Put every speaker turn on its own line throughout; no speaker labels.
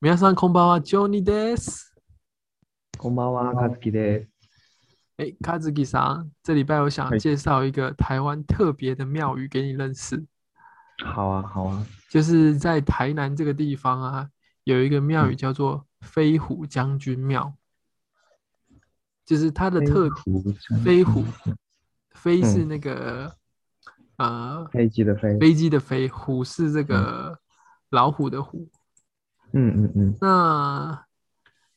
皆さんこんばんは、ジョニーです。
こんばんは、かずきです。
哎，卡子吉桑，这礼拜我想
嘿
介绍一个台湾特别的庙宇给你认识，
好啊，好啊，
就是在台南这个地方啊，有一个庙宇叫做飞虎将军庙，就是它的特
虎
飞虎，飞是
嗯
那个、呃
飞机的飞，
飞机的飞，虎是这个老虎的虎，
嗯嗯嗯，
那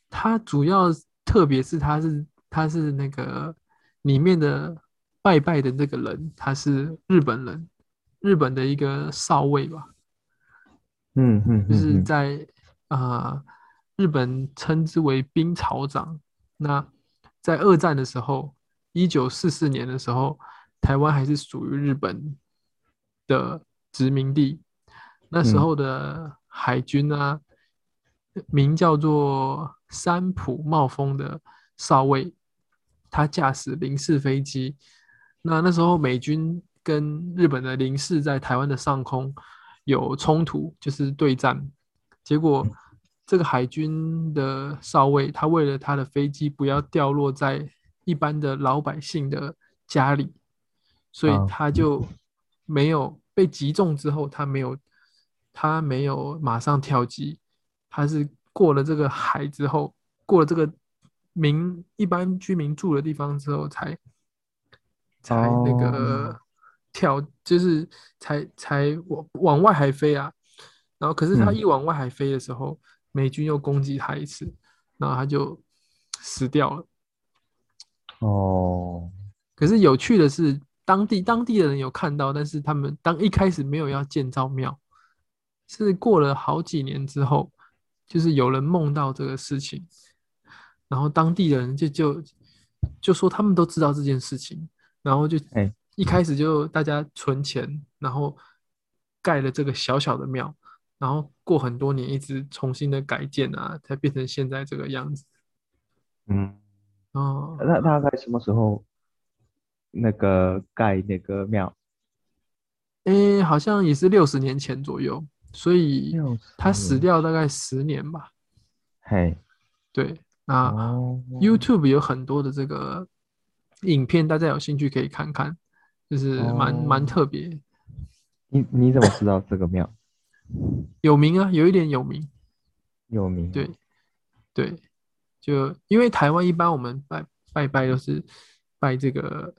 它主要是特别是它是它是那个里面的拜拜的这个人，他是日本人，日本的一个少尉吧，
嗯嗯，
就是
嗯
在呃日本称之为兵潮长。那在二战的时候，一九四四年的时候，台湾还是属于日本的殖民地。那时
嗯
候的海军啊呢、名叫做三浦茂丰的少尉，他驾驶零式飞机。那那时候美军跟日本的零式在台湾的上空有冲突，就是对战。结果这个海军的少尉，他为了他的飞机不要掉落在一般的老百姓的家里，所以
啊
他就没有被击中之后，他没有他没有马上跳机，他是过了这个海之后，过了这个民一般居民住的地方之后才才那个跳，就是才才往往外海飞啊。然后可是他
嗯
一往外海飞的时候，美军又攻击他一次，然后他就死掉了。
嗯哦，
可是有趣的是，当地当地的人有看到，但是他们当一开始没有要建造庙，是过了好几年之后，就是有人梦到这个事情，然后当地的人就就就说他们都知道这件事情，然后就
哎
一开始就大家存钱，然后盖了这个小小的庙，然后过很多年一直重新的改建啊，才变成现在这个样子。
嗯，
哦，
那大概什么时候那个盖那个庙？
诶，好像也是六十年前左右，所以
六十
他死
年
掉大概十年吧。
嘿，
对，那
哦
YouTube 有很多的这个影片，大家有兴趣可以看看，就是蛮蛮
哦
特别，
你你怎么知道这个庙
有名啊，有一点有名。
有名？
对，对，就因为台湾一般我们拜拜拜都是拜这个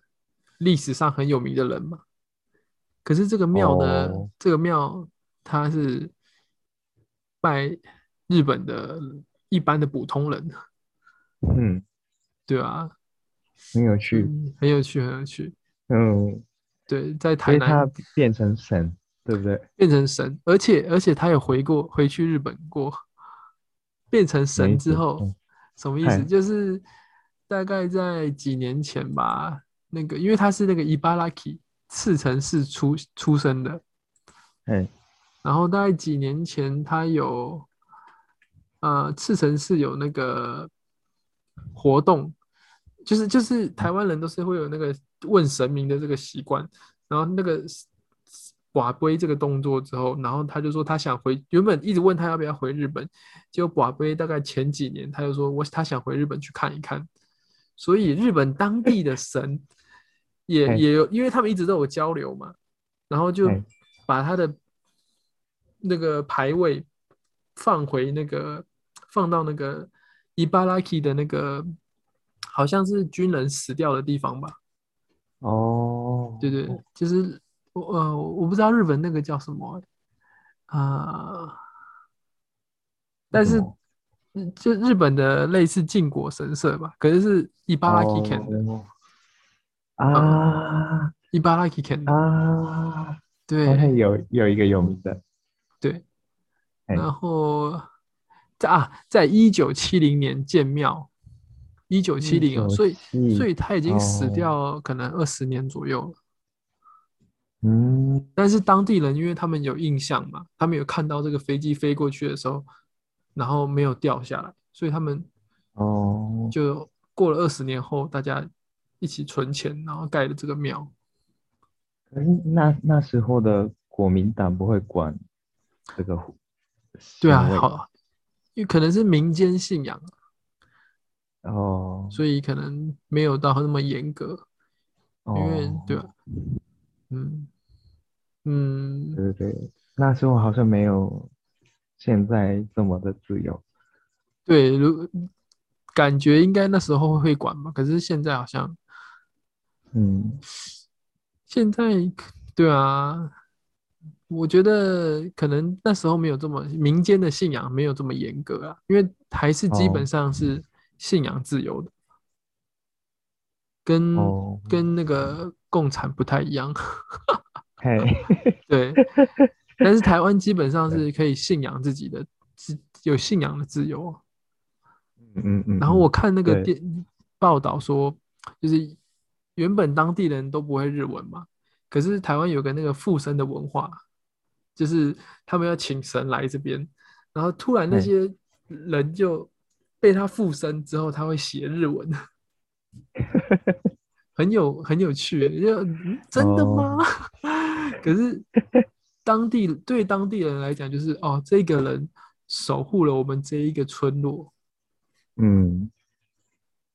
历史上很有名的人嘛，可是这个庙呢，
哦
这个庙它是拜日本的一般的普通人，
嗯，
对啊，
很有趣，
嗯，很有趣，很有趣。
嗯，
对，在
所
台
以它
南
变成神，对不对？
变成神，而且而且他有回过回去日本过，变成神
没
之
错
后，
嗯
什么意
嗨
思？就是大概在几年前吧，那个因为他是那个伊巴拉基赤城市出出生的，
哎，
然后大概几年前他有，呃，赤城市有那个活动，就是就是台湾人都是会有那个问神明的这个习惯，然后那个寡杯这个动作之后，然后他就说他想回，原本一直问他要不要回日本，结果寡杯大概前几年他就说我他想回日本去看一看，所以日本当地的神也
嘿
也有，因为他们一直都有交流嘛，然后就
嘿
把他的那个牌位放回那个放到那个伊巴拉基的那个好像是军人死掉的地方吧？
哦，
对对，就是我呃我不知道日本那个叫什么啊、呃但是
什么
嗯就日本的类似靖国神社吧，可是是伊巴拉基肯的，
哦啊
伊巴拉基肯的，
啊！好
对
像有有一个有名的，
对，
哎
然后在啊，在一九七零年建庙，一九七零啊，
嗯
所以
1970
所以他已经死
哦
掉可能二十年左右了。
嗯，
但是当地人因为他们有印象嘛，他们有看到这个飞机飞过去的时候，然后没有掉下来，所以他们
哦，
就过了二十年后，大家一起存钱，然后盖了这个庙。
可是哎那那时候的国民党不会管这个虎，
对啊
神，位，
好，因为可能是民间信仰，啊
哦，
所以可能没有到那么严格，因为、
哦
对吧？啊嗯嗯，
对对对，那时候好像没有现在这么的自由。
对，如感觉应该那时候会管吧，可是现在好像
嗯，
现在对啊，我觉得可能那时候没有这么民间的信仰没有这么严格啊，因为还是基本
哦
上是信仰自由的，跟、
哦，
跟那个共产不太一样，
嘿，
对。 但是台湾基本上是可以信仰自己的自有信仰的自由啊。
嗯嗯嗯。
然后我看那个
对
电报道说，就是原本当地人都不会日文嘛，可是台湾有个那个附身的文化，就是他们要请神来这边，然后突然那
嘿
些人就被他附身之后，他会写日文， 很有很有趣耶，就嗯真的吗？
哦
可是当地对当地人来讲，就是哦，这个人守护了我们这一个村落，
嗯，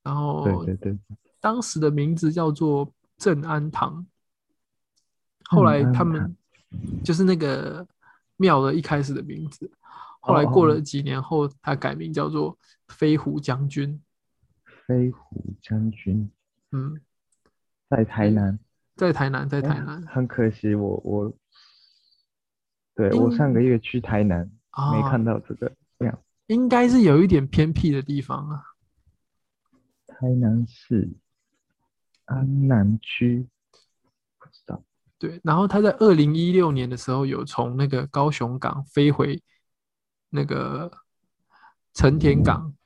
然后
对对对，
当时的名字叫做镇安堂，后来
镇安
他
堂
们就是那个庙的一开始的名字，后来
哦哦
过了几年后，他改名叫做飞虎将军。
飞虎将军
嗯，
在台南，
在台南，在
哎
嗯台南
很可惜我我，对
因
我上个月去台南
啊，
没看到这个庙，
应该是有一点偏僻的地方啊。
台南市安南区，不知道。
对，然后他在二零一六年的时候有从那个高雄港飞回那个成田港，
嗯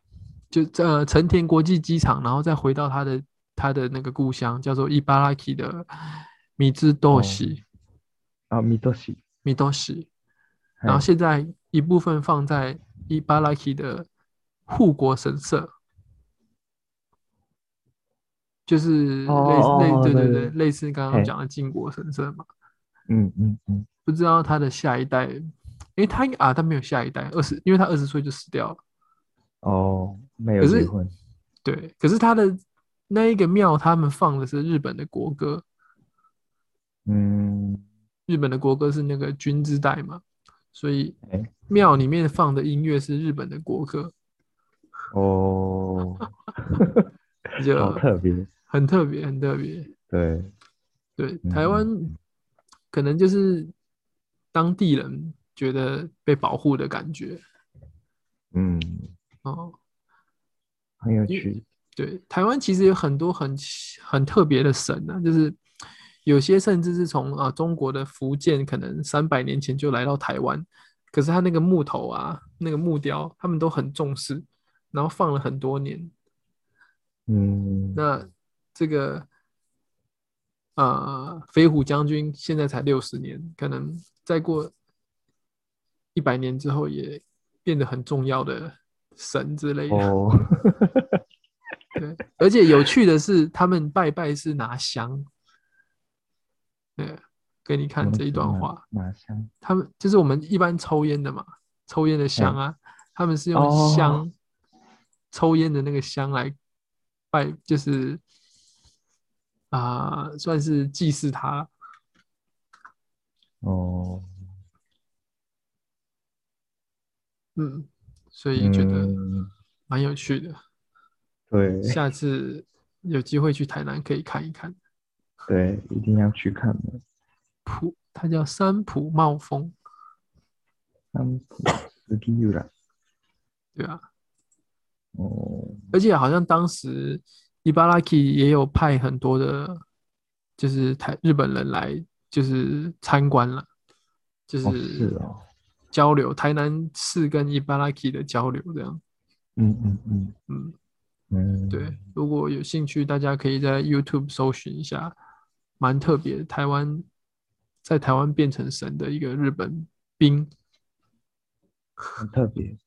就呃成田国际机场，然后再回到他的他的那个故乡，叫做伊巴拉基的米兹多
哦
西
啊，米多西，
米多西，然后
嘿
现在一部分放在伊巴拉基的护国神社，就是类似类、
哦哦
对
对
对
对
类似刚刚
嘿
讲的靖国神社嘛。
嗯嗯嗯，
不知道他的下一代，因为他应啊，他没有下一代，二十，因为他二十岁就死掉了。
哦，没有
可是
结婚，
对，可是他的那一个庙，他们放的是日本的国歌，
嗯，
日本的国歌是那个《君之代》嘛，所以
哎，
庙里面放的音乐是日本的国歌，
哦，
就
好特别，
很特别，很特别。
对，
对，
嗯
台湾可能就是当地人觉得被保护的感觉
嗯，
哦。
很有
因为
趣，
对，台湾其实有很多很奇很特别的神呢、啊，就是有些甚至是从啊、呃中国的福建，可能三百年前就来到台湾，可是他那个木头啊，那个木雕，他们都很重视，然后放了很多年。
嗯，
那这个呃，飞虎将军现在才六十年，可能再过一百年之后也变得很重要的神之类的。
哦，
对，而且有趣的是，他们拜拜是拿香。对，给你看这一段话，
哦哪，哪香？
他们就是我们一般抽烟的嘛，抽烟的香啊，他们是用
嗯哦
香，抽烟的那个香来拜，就是啊、算是祭祀他。
哦，
嗯，所以觉得
嗯，
蛮有趣的，
对
下次有机会去台南可以看一看。
对，一定要去看的，
普，它叫三浦茂峰，
三浦斯基乌拉，
对啊吧、
哦，
而且好像当时伊巴拉基也有派很多的，就是台日本人来，就是参观了，就
哦是
是
哦，
交流台南市跟伊巴拉基的交流这样。
嗯嗯嗯
嗯，
嗯，
对，如果有兴趣，大家可以在 YouTube 搜寻一下，蛮特别，台湾在台湾变成神的一个日本兵。
很特别，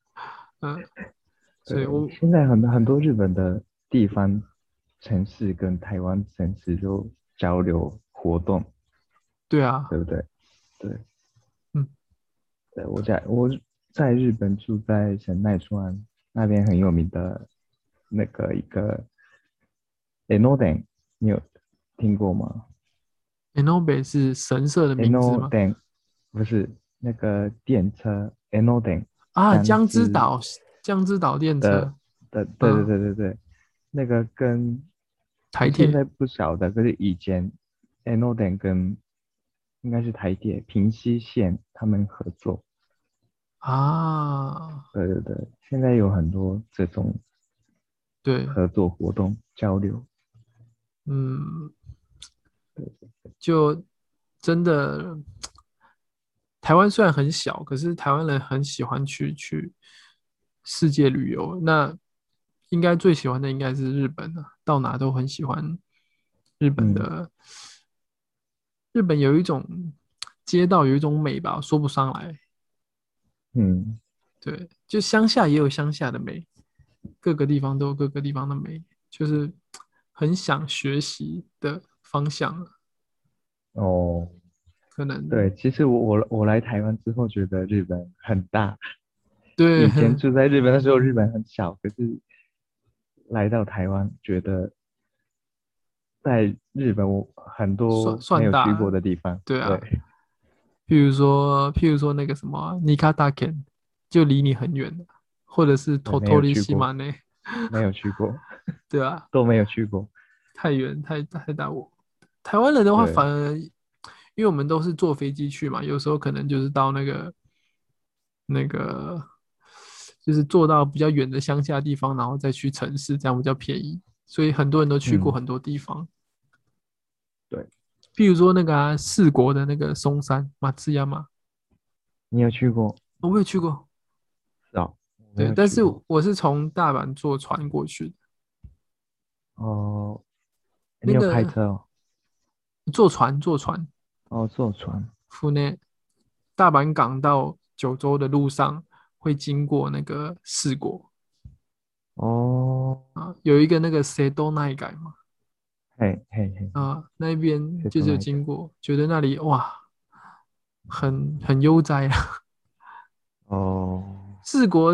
嗯，所以
对
我
现在很很多日本的地方城市跟台湾城市都交流活动。
对啊，
对不对？对，
嗯，
对我在我在日本住在神奈川那边很有名的那个一个 Enoden，你有听过吗
Enobe 是神社的名字吗？
？Enoden 不是那个电车 Enoden
啊，江
江
之
之
岛，江之岛电车
的，的，对对
嗯
对对对，那个跟
台铁
现在不晓得，可是以前 Enoden 跟应该是台铁平西线他们合作，
啊，
对对对，现在有很多这种
对，
合作活动交流。
嗯
对，
就真的，台湾虽然很小，可是台湾人很喜欢去去世界旅游。那应该最喜欢的应该是日本了，到哪都很喜欢日本
嗯
的。日本有一种街道有一种美吧，说不上来。
嗯，
对，就乡下也有乡下的美，各个地方都有各个地方的美，就是很想学习的方向啊。
哦，
可能
对，其实我我我来台湾之后觉得日本很大，
对
以前住在日本的时候日本很小，可是来到台湾觉得在日本我很多
算算
没有
大
去
了
过的地方，
对啊
对
譬如说譬如说那个什么啊尼卡达肯，就离你很远的，或者是托
没有
托利
去
西
过
马内，
没有去过，
对啊，
都没有去过。
太远太太大我。台湾人的话，
对
反而因为我们都是坐飞机去嘛，有时候可能就是到那个那个，就是坐到比较远的乡下地方，然后再去城市，这样比较便宜。所以很多人都去过
嗯
很多地方。
对，
譬如说那个啊，四国的那个松山马自亚马，
你有去过？
我有去过。
是哦，我没
对，
有
但
去
是
过
我是从大阪坐船过去的，
哦，
那
你有
个
开车哦？
坐船坐船，
哦，坐船。
府内大阪港到九州的路上会经过那个四国
哦，
啊，有一个那个 Sedo 那一改嘛
嘿嘿嘿，
啊，那边
Seto
就是有
内改
经过，觉得那里哇，很很悠哉啊。
哦，
四国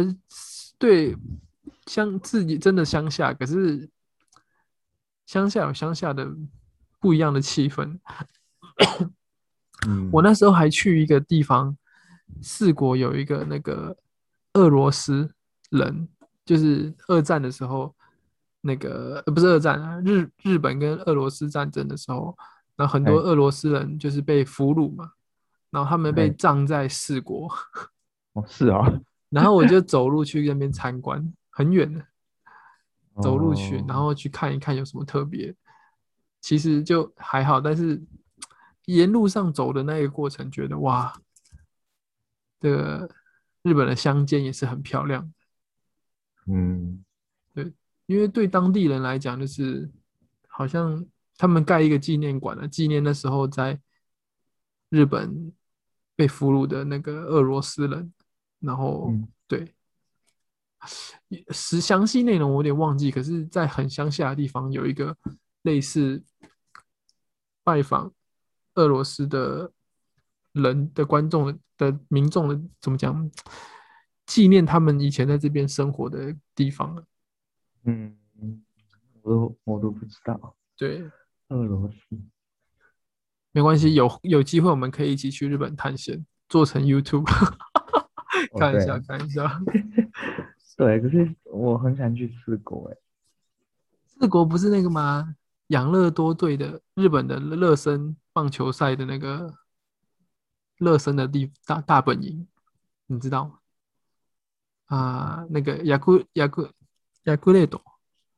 对乡自己真的乡下，可是乡下有乡下的不一样的气氛，
嗯，
我那时候还去一个地方，四国有一个那个俄罗斯人，就是二战的时候，那个呃不是二战啊，日日本跟俄罗斯战争的时候，然后很多
哎
俄罗斯人就是被俘虏嘛，然后他们被
哎
葬在四国，
哦是哦，
然后我就走路去那边参观，很远的，走路去，然
哦
后去看一看有什么特别。其实就还好，但是沿路上走的那个过程，觉得哇，这个日本的乡间也是很漂亮的。
嗯，
因为对当地人来讲，就是好像他们盖一个纪念馆了，啊纪念那时候在日本被俘虏的那个俄罗斯人。然后、
嗯
对，实详细内容我有点忘记，可是，在很乡下的地方有一个类似拜访俄罗斯的人的观众的民众的怎么讲，纪念他们以前在这边生活的地方啊。
嗯嗯，我都我都不知道
对，
俄罗斯，
没关
嗯
系，有有机会我们可以一起去日本探险，做成 YouTube，
哦
看一
对
下看一下。
对，可是我很想去四国哎，
四国不是那个吗？养乐多队的日本的热身棒球赛的那个热身的地大大本营，你知道吗？啊、那个雅库雅库雅库列多，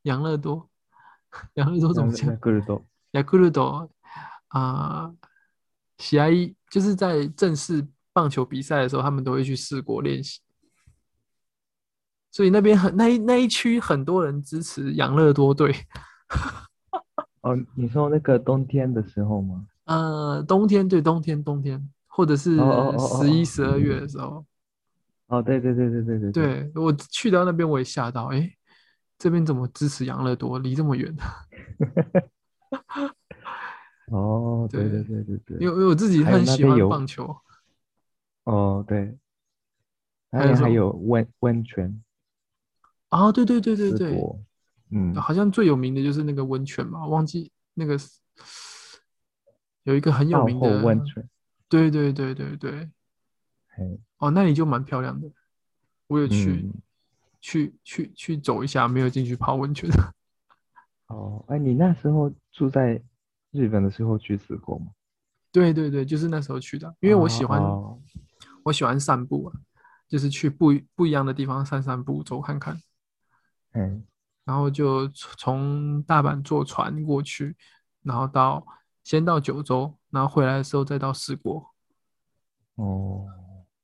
养乐多， 养乐多怎么讲
那？个人都
雅库鲁多啊，喜爱就是在正式棒球比赛的时候，他们都会去四国练习，所以那边很那一那一区很多人支持养乐多队。
哦，你说那个冬天的时候吗？
呃，冬天对冬天冬天，或者是
哦哦哦哦
十一十二月的时候，
哦，对对对对对对，
对我去到那边我也吓到，哎、这边怎么支持养乐多？离这么远，
哦，对
对
对对对
因为
对，
因为我自己
还有
很
那
喜
边
欢
有
棒球，
哦对，
还
那
有
边
什
还
么
有温温泉
啊，对对对对
淄
对，啊
博，嗯，
好像最有名的就是那个温泉嘛，忘记那个是有一个很有
道
名
后
的，
温泉，
对对对对对，
嘿，
哦，那里就蛮漂亮的，我有去、
嗯，
去去去走一下，没有进去泡温泉。
哦，哎，你那时候住在日本的时候去淄博吗？
对对对，就是那时候去的，因为我喜欢、
哦
我喜欢散步啊，就是去不一不一样的地方散散步，走看看。
哦嗯，
然后就从从大阪坐船过去，然后到先到九州，然后回来的时候再到四国，
哦，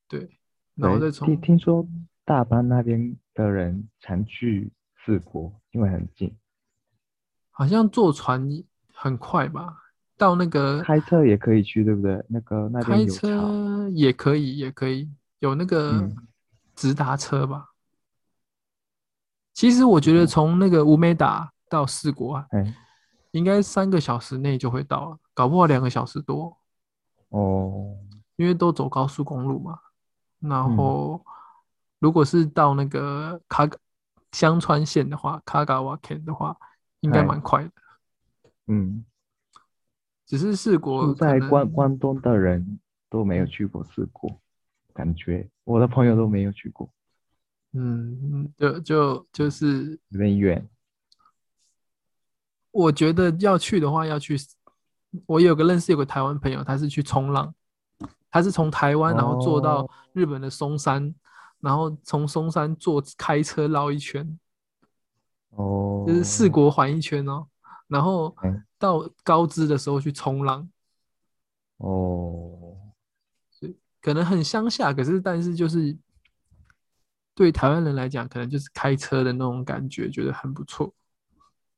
对，然后
对
再从
听听说大阪那边的人常去淄博，因为很近，
好像坐船很快吧，到那个
开车也可以去，对不对？那个那边
开
有桥，
车也可以，也可以有那个
嗯
直达车吧。其实我觉
哦
得从那个乌梅达到四国啊，
哎，
应该三个小时内就会到了，搞不好两个小时多，
哦，
因为都走高速公路嘛。然
嗯
后，如果是到那个卡香川县的话，卡嘎瓦县的话，应该
嗨
蛮快的。
嗯，
只是四国
住
可
在关
能
关东的人都没有去过四国，感觉我的朋友都没有去过，
嗯，就就就是，
有点远。
我觉得要去的话，要去。我有个认识有个台湾朋友，他是去冲浪，他是从台湾然后坐到
哦
日本的松山，然后从松山坐开车绕一圈，
哦，
就是四国环一圈哦。然后
嗯
到高知的时候去冲浪，
哦，
可能很乡下，可是但是就是对台湾人来讲，可能就是开车的那种感觉，觉得很不错，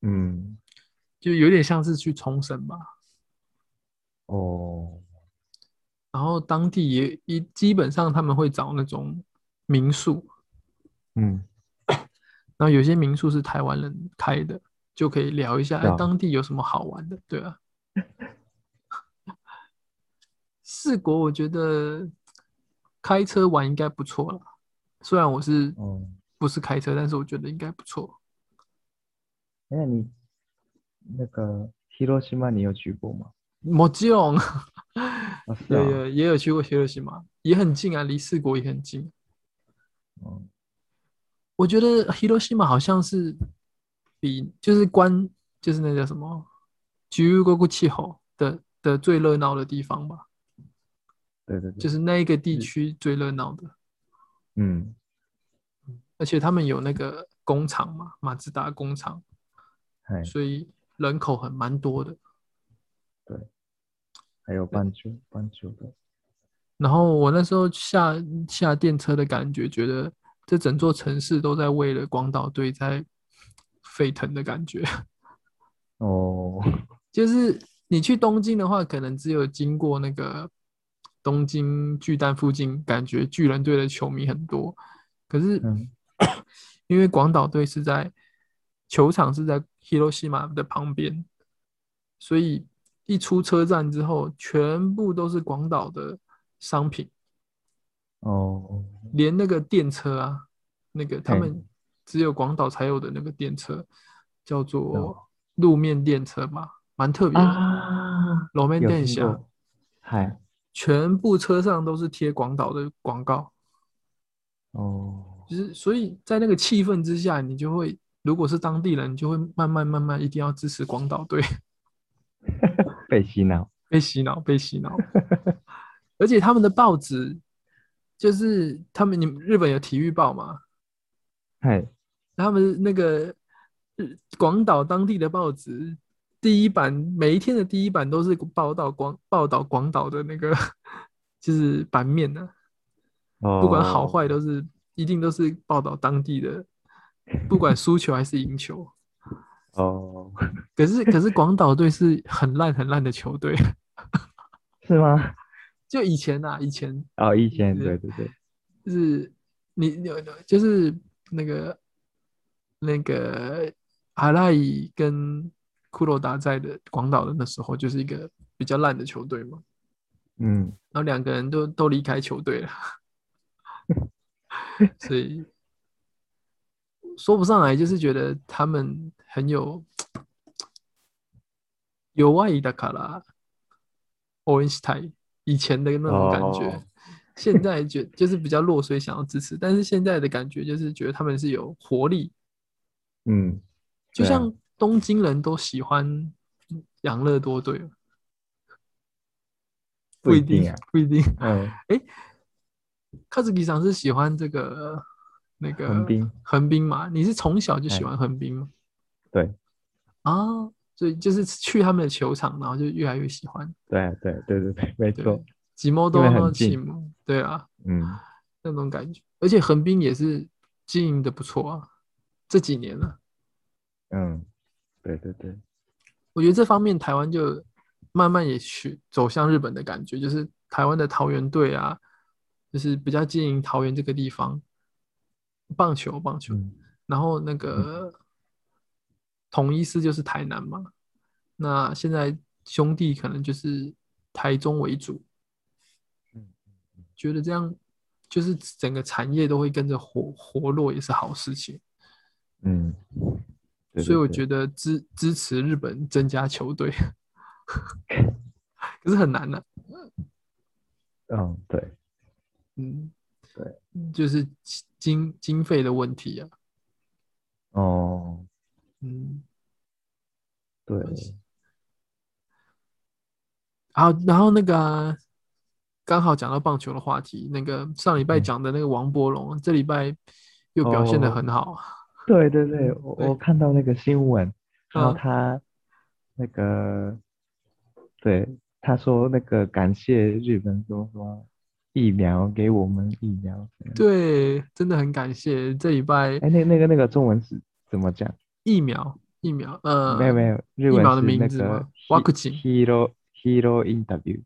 嗯，
就有点像是去冲绳吧。
哦，
然后当地也一基本上他们会找那种民宿，
嗯，
然后有些民宿是台湾人开的，就可以聊一下，
是
哎
啊，
当地有什么好玩的，对啊。四国我觉得开车玩应该不错了，虽然我是
哦，
不是开车，但是我觉得应该不错。
那哎你那个 Hiroshima 你有去过吗？
某基隆
啊，是
有
啊，
有也有去过 Hiroshima，也很近啊，离四国也很近。
哦，
我觉得 Hiroshima 好像是比就是关就是那叫什么 j u g o k u c h i h o 的的最热闹的地方吧，
对对对，
就是那一个地
是
区最热闹的，
嗯，
而且他们有那个工厂嘛，马自达工厂，
嗨，
所以人口很蛮多的。
对，还有棒球，棒球的，
然后我那时候下下电车的感觉，觉得这整座城市都在为了广岛队在沸腾的感觉。
哦，
就是你去东京的话，可能只有经过那个东京巨蛋附近，感觉巨人队的球迷很多。可是
嗯，
因为广岛队是在球场是在 Hiroshima 的旁边，所以一出车站之后，全部都是广岛的商品，
哦，
连那个电车啊，那个他
嘿
们只有广岛才有的那个电车，叫
哦
做路面电车吧，蛮特别的。
啊，
路面
有
电
听
车。
过，嗨，
全部车上都是贴广岛的广告，
哦，
就是所以在那个气氛之下，你就会如果是当地人，你就会慢慢慢慢一定要支持广岛队，
被洗脑，
被洗脑，被洗脑。而且他们的报纸就是他们，你们日本有体育报嘛？
嗨，
他们那个日广岛当地的报纸，第一版每一天的第一版都是报道广报道广岛的那个 就是版面啊呢、不管好
哦，
坏都是一定都是报道当地的，不管输球还是赢球。
哦，
可是可是广岛队是很烂很烂的球队，
是吗？
就以前啊，以前
哦，以前，
是
对对对，
就是你你就是那个那个阿拉伊跟库洛达在的广岛的那时候，就是一个比较烂的球队嘛。
嗯，
然后两个人都都离开球队了，所以说不上来，就是觉得他们很有有外衣的卡拉 Orange 台以前的那种感觉，
哦
现在觉就是比较弱，所以想要支持，但是现在的感觉就是觉得他们是有活力，
嗯，
就
对啊
像东京人都喜欢养乐多队嘛，
不一
一定
定啊，
不一定。
嗯，
卡子吉桑是喜欢这个那个
横滨，哎
横滨嘛？你是从小就喜欢横滨吗？
对，
啊，所以就是去他们的球场，然后就越来越喜欢。
对啊对对对对，没
对
错，，
吉猫多
因为
诺
很
奇
近
姆，对啊，
嗯，
那种感觉。而且横滨也是经营的不错啊，这几年啊了，
嗯，对对对，
我觉得这方面台湾就慢慢也去走向日本的感觉，就是台湾的桃园队啊，就是比较经营桃园这个地方，棒球棒球，
嗯
然后那个统一师就是台南嘛，那现在兄弟可能就是台中为主，
嗯
觉得这样就是整个产业都会跟着活活络，也是好事情。
嗯，对
所以我
对对
觉得支支持日本增加球队， 可是很难的、啊
嗯对，
嗯，
对
嗯，就是经经费的问题啊，
哦
嗯，
对，
好，然后那个啊刚好讲到棒球的话题，那个上礼拜
嗯
讲的那个王柏荣，这礼拜又表现的
哦
很好 啊，
对对对，我
对
我看到那个新闻，然后
嗯
他那个，对，他说那个感谢日本说说疫苗给我们疫苗怎样，
对，真的很感谢这礼拜
哎，那那个那个中文是怎么讲？
疫苗疫苗，呃，
没有没有，日
疫
文
苗的
是
名
那
字
个
吗
he-
Wakuchin
hero hero interview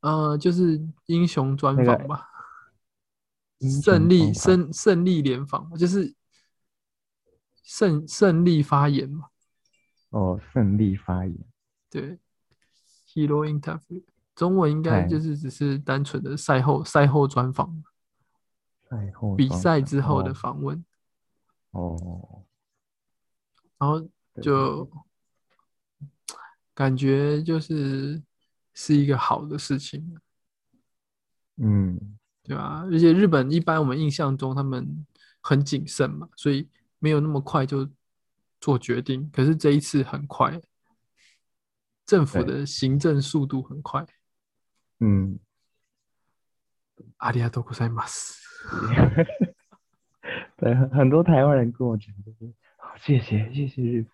呃，就是英雄专
那个
访吧，
英雄
胜利
专访
胜胜利联访嘛，就是胜胜利发言嘛，
哦，胜利发言，
对，hero interview，中文应该
嗨
就是只是单纯的赛后赛后专访，
赛后
比
专
赛
访
之后的
哦
访问，
哦，
然后
对对
就感觉就是是一个好的事情，
嗯
对吧？而且日本一般我们印象中他们很谨慎嘛，所以没有那么快就做决定。可是这一次很快，政府
对
的行政速度很快。
嗯，
阿里亚多库塞马斯，
对，很很多台湾人跟我讲就是，哦谢谢谢谢日本，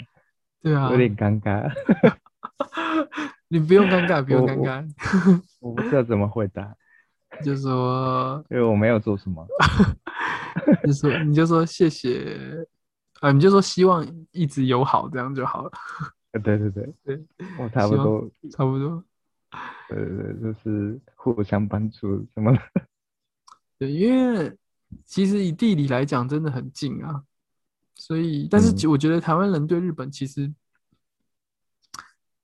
对啊
有，点尴尬。
你不用尴尬，不用
我
尴
我
尬，
我不知道怎么回答，
就说
因为我没有做什么。
就说你就说谢谢，啊，你就说希望一直友好，这样就好了，
呃对对对
对，
我差不多，
差不多。
对对对，就是互相帮助什么的。
对，因为其实以地理来讲，真的很近啊，所以，但是
嗯
其我觉得台湾人对日本其实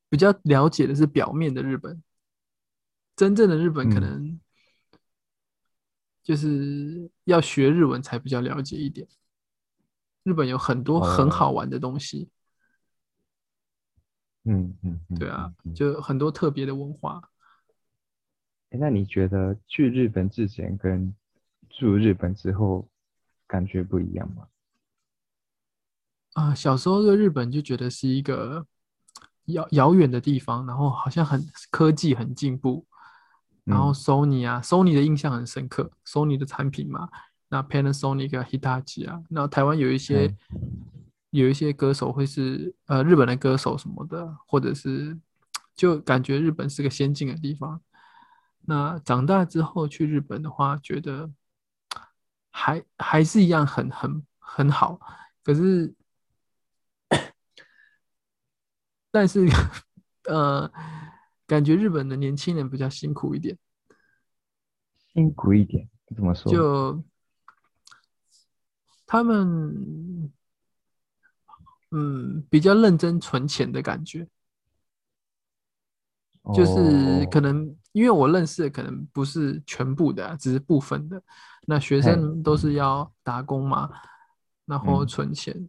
比较了解的是表面的日本，真正的日本可
嗯
能就是要学日文才比较了解一点。日本有很多很
哦
好玩的东西，
嗯嗯嗯，
对啊
嗯嗯
就很多特别的文化。
诶那你觉得去日本之前跟住日本之后感觉不一样
嗯
吗？
啊、小时候对日本就觉得是一个遥遥远的地方，然后好像很科技很进步，然后
嗯
Sony 啊，Sony 的印象很深刻，Sony 的产品嘛，那 Panasonic 啊，Hitachi 啊，那台湾有一些有一些歌手会是呃日本的歌手什么的，或者是就感觉日本是个先进的地方。那长大之后去日本的话，觉得还还是一样很很很好，可是，但是， 呃，感觉日本的年轻人比较辛苦一点，
辛苦一点，怎么说？
就他们，嗯，比较认真存钱的感觉。就是
哦
可能因为我认识的可能不是全部的啊、只是部分的。那学生都是要打工嘛，然后
嗯
存钱。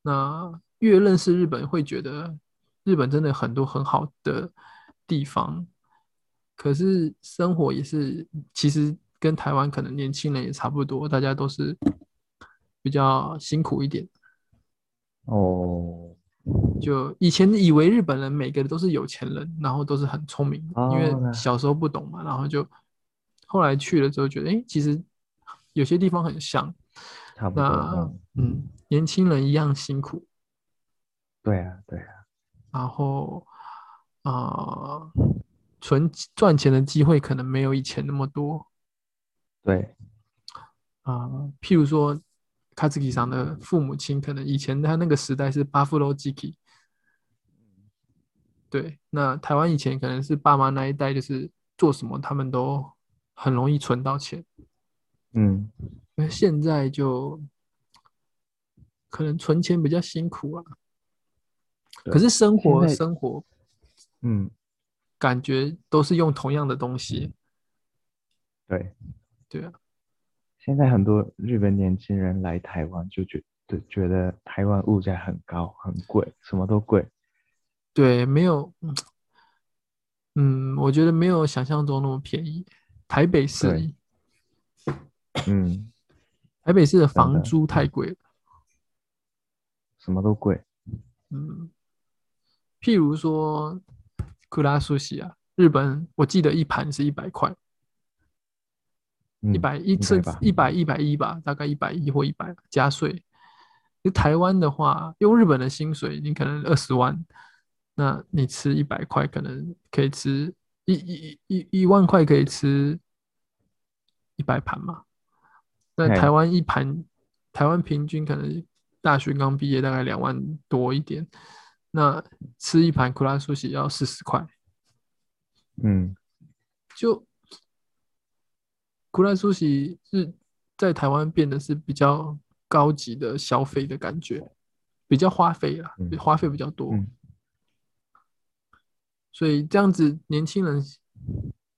那越认识日本，会觉得日本真的很多很好的地方，可是生活也是，其实跟台湾可能年轻人也差不多，大家都是比较辛苦一点。
哦，
就以前以为日本人每个都是有钱人，然后都是很聪明，
哦
因
那
为小时候不懂嘛，然后就后来去了之后觉得，哎，其实有些地方很像，
差不多，
那
嗯，
嗯，年轻人一样辛苦，
对啊，对啊，
然后啊、呃存赚钱的机会可能没有以前那么多
对，
啊、呃譬如说。卡兹基上的父母亲可能以前他那个时代是巴夫罗基基，
嗯
对，那台湾以前可能是爸妈那一代，就是做什么他们都很容易存到钱，
嗯，
那现在就可能存钱比较辛苦啊。可
对
是生活
现在
生活
嗯，
感觉都是用同样的东西，
对。
对啊，
现在很多日本年轻人来台湾就觉就觉得台湾物价很高，很贵，什么都贵。
对，没有，嗯嗯，我觉得没有想象中那么便宜。台北市
对，嗯，
台北市的房
的
租太贵了。
什么都贵。
嗯，譬如说库拉苏西啊，日本我记得一盘是一百块，
嗯
一百一
应
甚至
该吧
一百一百一吧，大概一百一或一百加税。就台湾的话，用日本的薪水，你可能二十万，那你吃一百块，可能可以吃一一一一一万块可以吃一百盘嘛。那
嘿
台湾一盘，台湾平均可能大学刚毕业大概两万多一点，那吃一盘库拉苏喜要四十块，
嗯，
就古拉苏喜是在台湾变得是比较高级的消费的感觉，比较花费啦，
嗯
花费比较多，
嗯
所以这样子年轻人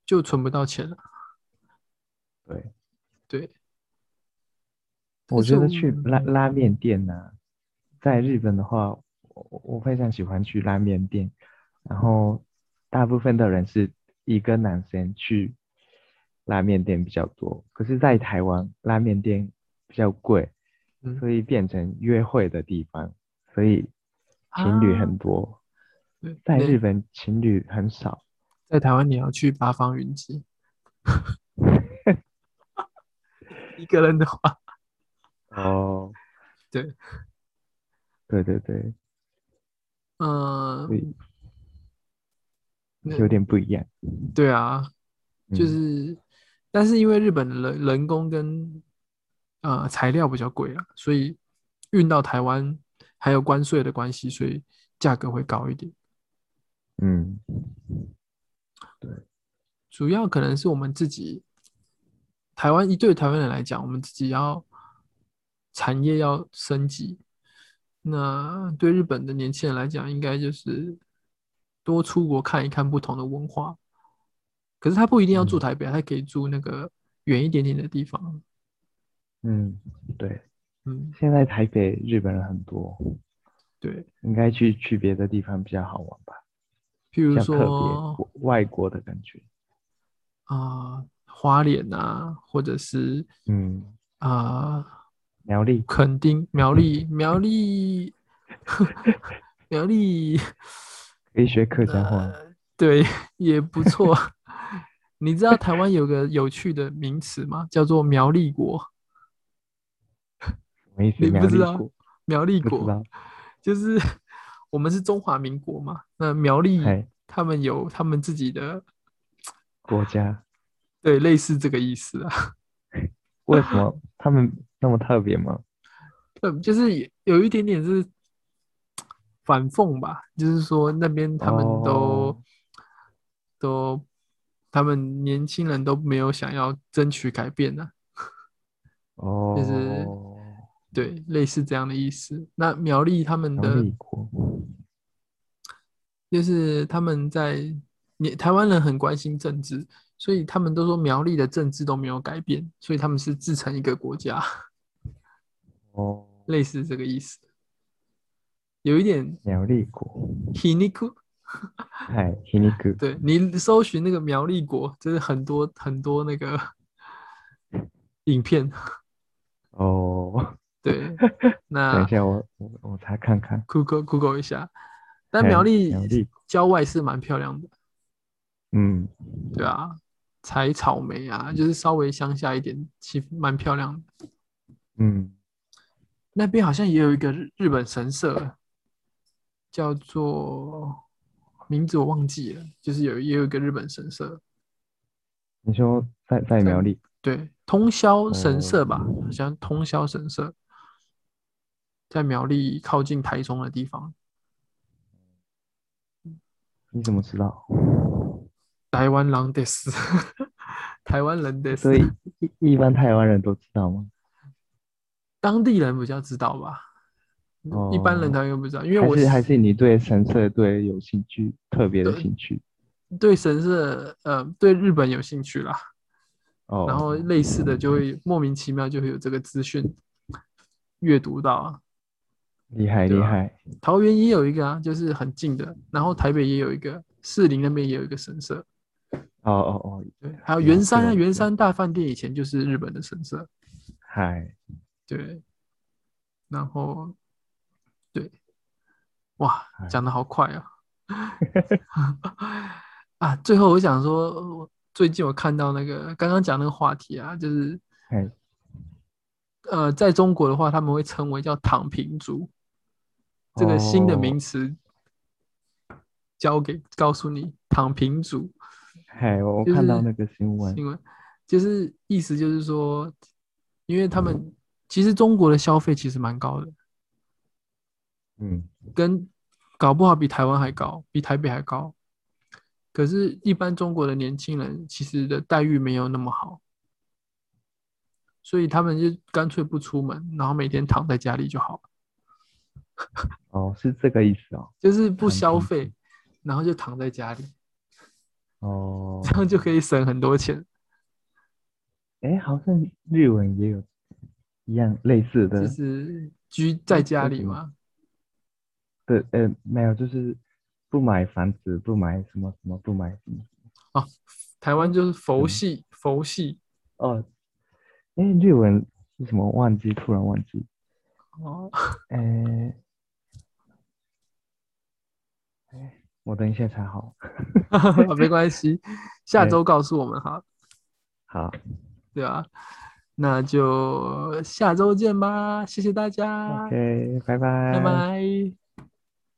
就存不到钱了。
对。
对，
我觉得去
但是
拉
嗯
拉面店呢、在日本的话，我我非常喜欢去拉面店，然后大部分的人是一个男生去拉面店比较多，可是，在台湾拉面店比较贵，
嗯
所以变成约会的地方，所以情侣
啊
很多。
对
在
那
日本情侣很少，
在台湾你要去八方云 集，一个人的话，啊
哦，
对，
对对对，
嗯
所，以
那
有点不一样，
对啊，就
嗯
是，但是因为日本的人人工跟呃材料比较贵啊，所以运到台湾还有关税的关系，所以价格会高一点。
嗯，
主要可能是我们自己台湾一对台湾人来讲，我们自己要产业要升级。那对日本的年轻人来讲，应该就是多出国看一看不同的文化。可是他不一定要住
嗯
台北，啊他可以住那个远一点点的地方。
嗯，对，
嗯，
现在台北日本人很多，
对。
应该去去别的地方比较好玩吧，
譬
比
如
较特别
说
国外国的感觉。
啊、花莲啊，或者是
嗯，
啊、
苗栗，
垦丁、苗栗、苗栗、 苗栗，
可以学客家
呃
话。
对，也不错。 你知道台湾有个有趣的名词吗？叫做苗栗国。
什么意思？
你
苗
不知
栗
道
国
苗栗
不知
国
道
就是我们是中华民国嘛，那苗栗
嘿
他们有他们自己的，
哎国家，
对，类似这个意思啊。
为什么他们那么特别吗？
嗯，就是也有一点点是反讽吧，就是说那边他们都、
哦
都他们年轻人都没有想要争取改变啊呢、
哦，
是对，类似这样的意思。那苗栗他们
苗
的
栗国，
就是他们在你台湾人很关心政治，所以他们都说苗栗的政治都没有改变，所以他们是自成一个国家，
哦，
类似这个意思。有一点
苗栗国，
h i n i k u
嗨，皮尼哥，
对你搜寻那个苗栗国，就是很多很多那个影片。
哦，
对，
等
那
一下我我我查看看，
Google Google 一下，但
嘿
苗栗
哎苗栗
郊外是蛮漂亮的，
嗯，
对啊，采草莓啊，就是稍微乡下一点，其实蛮漂亮的。
嗯，
那边好像也有一个日日本神社，叫做名字我忘记了，就是有也有一个日本神社，
你说在在苗栗，
对，通宵
哦
神社吧，好像通宵神社，在苗栗靠近台中的地方，
你怎么知道？
台湾狼得死， 台湾人得死
所，以一一般台湾人都知道吗？
当地人比较知道吧，
哦
一般人他又不知道，因为
还
我
是还是你对神社对有兴趣，特别的
对
兴趣？
对神社呃对日本有兴趣啦，
哦，嗯
然后类似的就会莫名其妙就会有这个资讯阅读到啊。
厉害
对
厉
啊
害，
桃园也有一个啊，就是很近的，然后台北也有一个，士林那边也有一个神社，
哦哦哦，
对，还有
了
圆山啊，
解了
圆
解
山大饭店以前就是日本的神社，
嗨，
对，然后对，哇
哎，
讲的好快啊！ 啊，最后我想说，我最近我看到那个刚刚讲那个话题啊，就是
嗨，
呃，在中国的话，他们会称为叫“躺平族”这个新的
哦
名词，交给告诉你“躺平族
嗨，我我
就
看到
是
那个新”闻，
新闻，就是意思就是说，因为他们其实中国的消费其实蛮高的，
嗯，
跟搞不好比台湾还高，比台北还高。可是，一般中国的年轻人其实的待遇没有那么好，所以他们就干脆不出门，然后每天躺在家里就好了，
哦，是这个意思哦，
就是不消
躺平
费，然后就躺在家里，
哦，
这样就可以省很多钱。
哎，好像日文也有一样类似的
就，是居在家里
嗯
嘛，
对，呃，没有，就是不买房子，不买什么什么，不买什么，
啊，台湾就是佛
嗯
系，佛系
哦，哎，日文是什么？忘记，突然忘记，
哦，
哎，哎，我等一下查好，
没关系，下
对
周告诉我们哈。
好，
对啊，那就下周见吧，谢谢大家，
OK，拜拜，
拜拜。